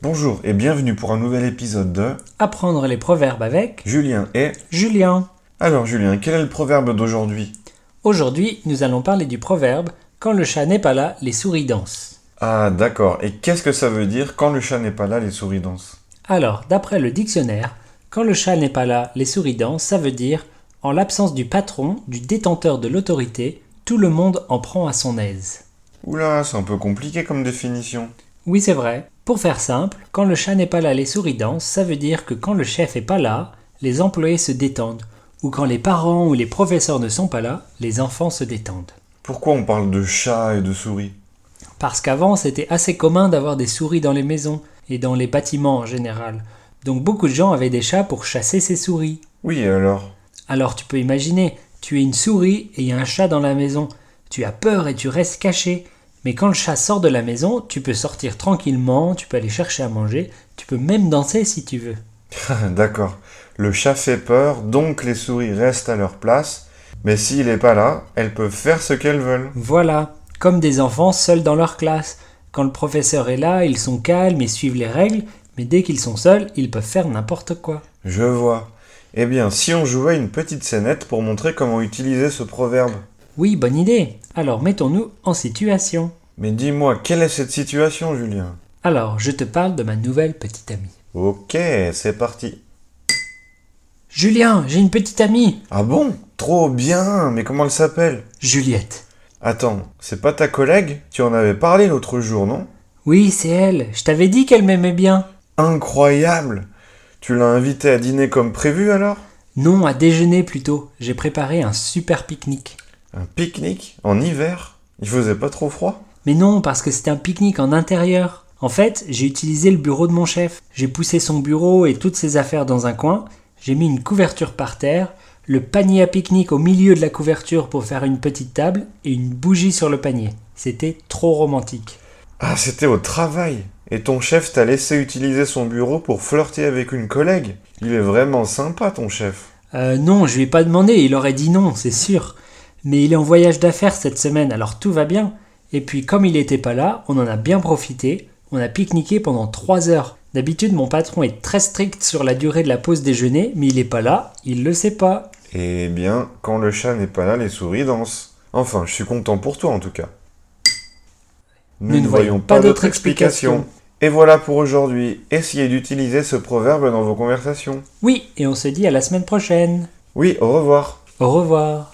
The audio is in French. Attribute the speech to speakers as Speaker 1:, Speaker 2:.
Speaker 1: Bonjour et bienvenue pour un nouvel épisode de
Speaker 2: Apprendre les proverbes avec
Speaker 1: Julien et...
Speaker 2: Julien.
Speaker 1: Alors Julien, quel est le proverbe d'aujourd'hui
Speaker 2: Aujourd'hui, nous allons parler du proverbe Quand le chat n'est pas là, les souris dansent.
Speaker 1: Ah d'accord, et qu'est-ce que ça veut dire quand le chat n'est pas là, les souris dansent
Speaker 2: Alors, d'après le dictionnaire, quand le chat n'est pas là, les souris dansent, ça veut dire en l'absence du patron, du détenteur de l'autorité, tout le monde en prend à son aise.
Speaker 1: Oula, c'est un peu compliqué comme définition.
Speaker 2: Oui, c'est vrai. Pour faire simple, quand le chat n'est pas là, les souris dansent, ça veut dire que quand le chef est pas là, les employés se détendent, ou quand les parents ou les professeurs ne sont pas là, les enfants se détendent.
Speaker 1: Pourquoi on parle de chat et de souris
Speaker 2: Parce qu'avant, c'était assez commun d'avoir des souris dans les maisons et dans les bâtiments en général. Donc beaucoup de gens avaient des chats pour chasser ces souris.
Speaker 1: Oui, et alors
Speaker 2: Alors tu peux imaginer, tu es une souris et il y a un chat dans la maison. Tu as peur et tu restes caché. Mais quand le chat sort de la maison, tu peux sortir tranquillement, tu peux aller chercher à manger, tu peux même danser si tu veux.
Speaker 1: Ah, D'accord, le chat fait peur, donc les souris restent à leur place, mais s'il n'est pas là, elles peuvent faire ce qu'elles veulent.
Speaker 2: Voilà, comme des enfants seuls dans leur classe. Quand le professeur est là, ils sont calmes et suivent les règles, mais dès qu'ils sont seuls, ils peuvent faire n'importe quoi.
Speaker 1: Je vois. Eh bien, si on jouait une petite scénette pour montrer comment utiliser ce proverbe.
Speaker 2: Oui, bonne idée. Alors mettons-nous en situation.
Speaker 1: Mais dis-moi, quelle est cette situation, Julien
Speaker 2: Alors, je te parle de ma nouvelle petite amie.
Speaker 1: Ok, c'est parti.
Speaker 2: Julien, j'ai une petite amie.
Speaker 1: Ah bon Trop bien Mais comment elle s'appelle
Speaker 2: Juliette.
Speaker 1: Attends, c'est pas ta collègue Tu en avais parlé l'autre jour, non
Speaker 2: Oui, c'est elle. Je t'avais dit qu'elle m'aimait bien.
Speaker 1: Incroyable Tu l'as invitée à dîner comme prévu alors
Speaker 2: Non, à déjeuner plutôt. J'ai préparé un super pique-nique.
Speaker 1: Un pique-nique En hiver Il faisait pas trop froid
Speaker 2: Mais non, parce que c'était un pique-nique en intérieur. En fait, j'ai utilisé le bureau de mon chef. J'ai poussé son bureau et toutes ses affaires dans un coin. J'ai mis une couverture par terre, le panier à pique-nique au milieu de la couverture pour faire une petite table et une bougie sur le panier. C'était trop romantique.
Speaker 1: Ah, c'était au travail Et ton chef t'a laissé utiliser son bureau pour flirter avec une collègue Il est vraiment sympa, ton chef
Speaker 2: Euh, non, je lui ai pas demandé, il aurait dit non, c'est sûr. Mais il est en voyage d'affaires cette semaine, alors tout va bien. Et puis, comme il n'était pas là, on en a bien profité. On a pique-niqué pendant 3 heures. D'habitude, mon patron est très strict sur la durée de la pause déjeuner, mais il n'est pas là, il le sait pas.
Speaker 1: Eh bien, quand le chat n'est pas là, les souris dansent. Enfin, je suis content pour toi en tout cas. Nous, ne voyons pas d'autre explication. Et voilà pour aujourd'hui. Essayez d'utiliser ce proverbe dans vos conversations.
Speaker 2: Oui, et on se dit à la semaine prochaine.
Speaker 1: Oui, au revoir.
Speaker 2: Au revoir.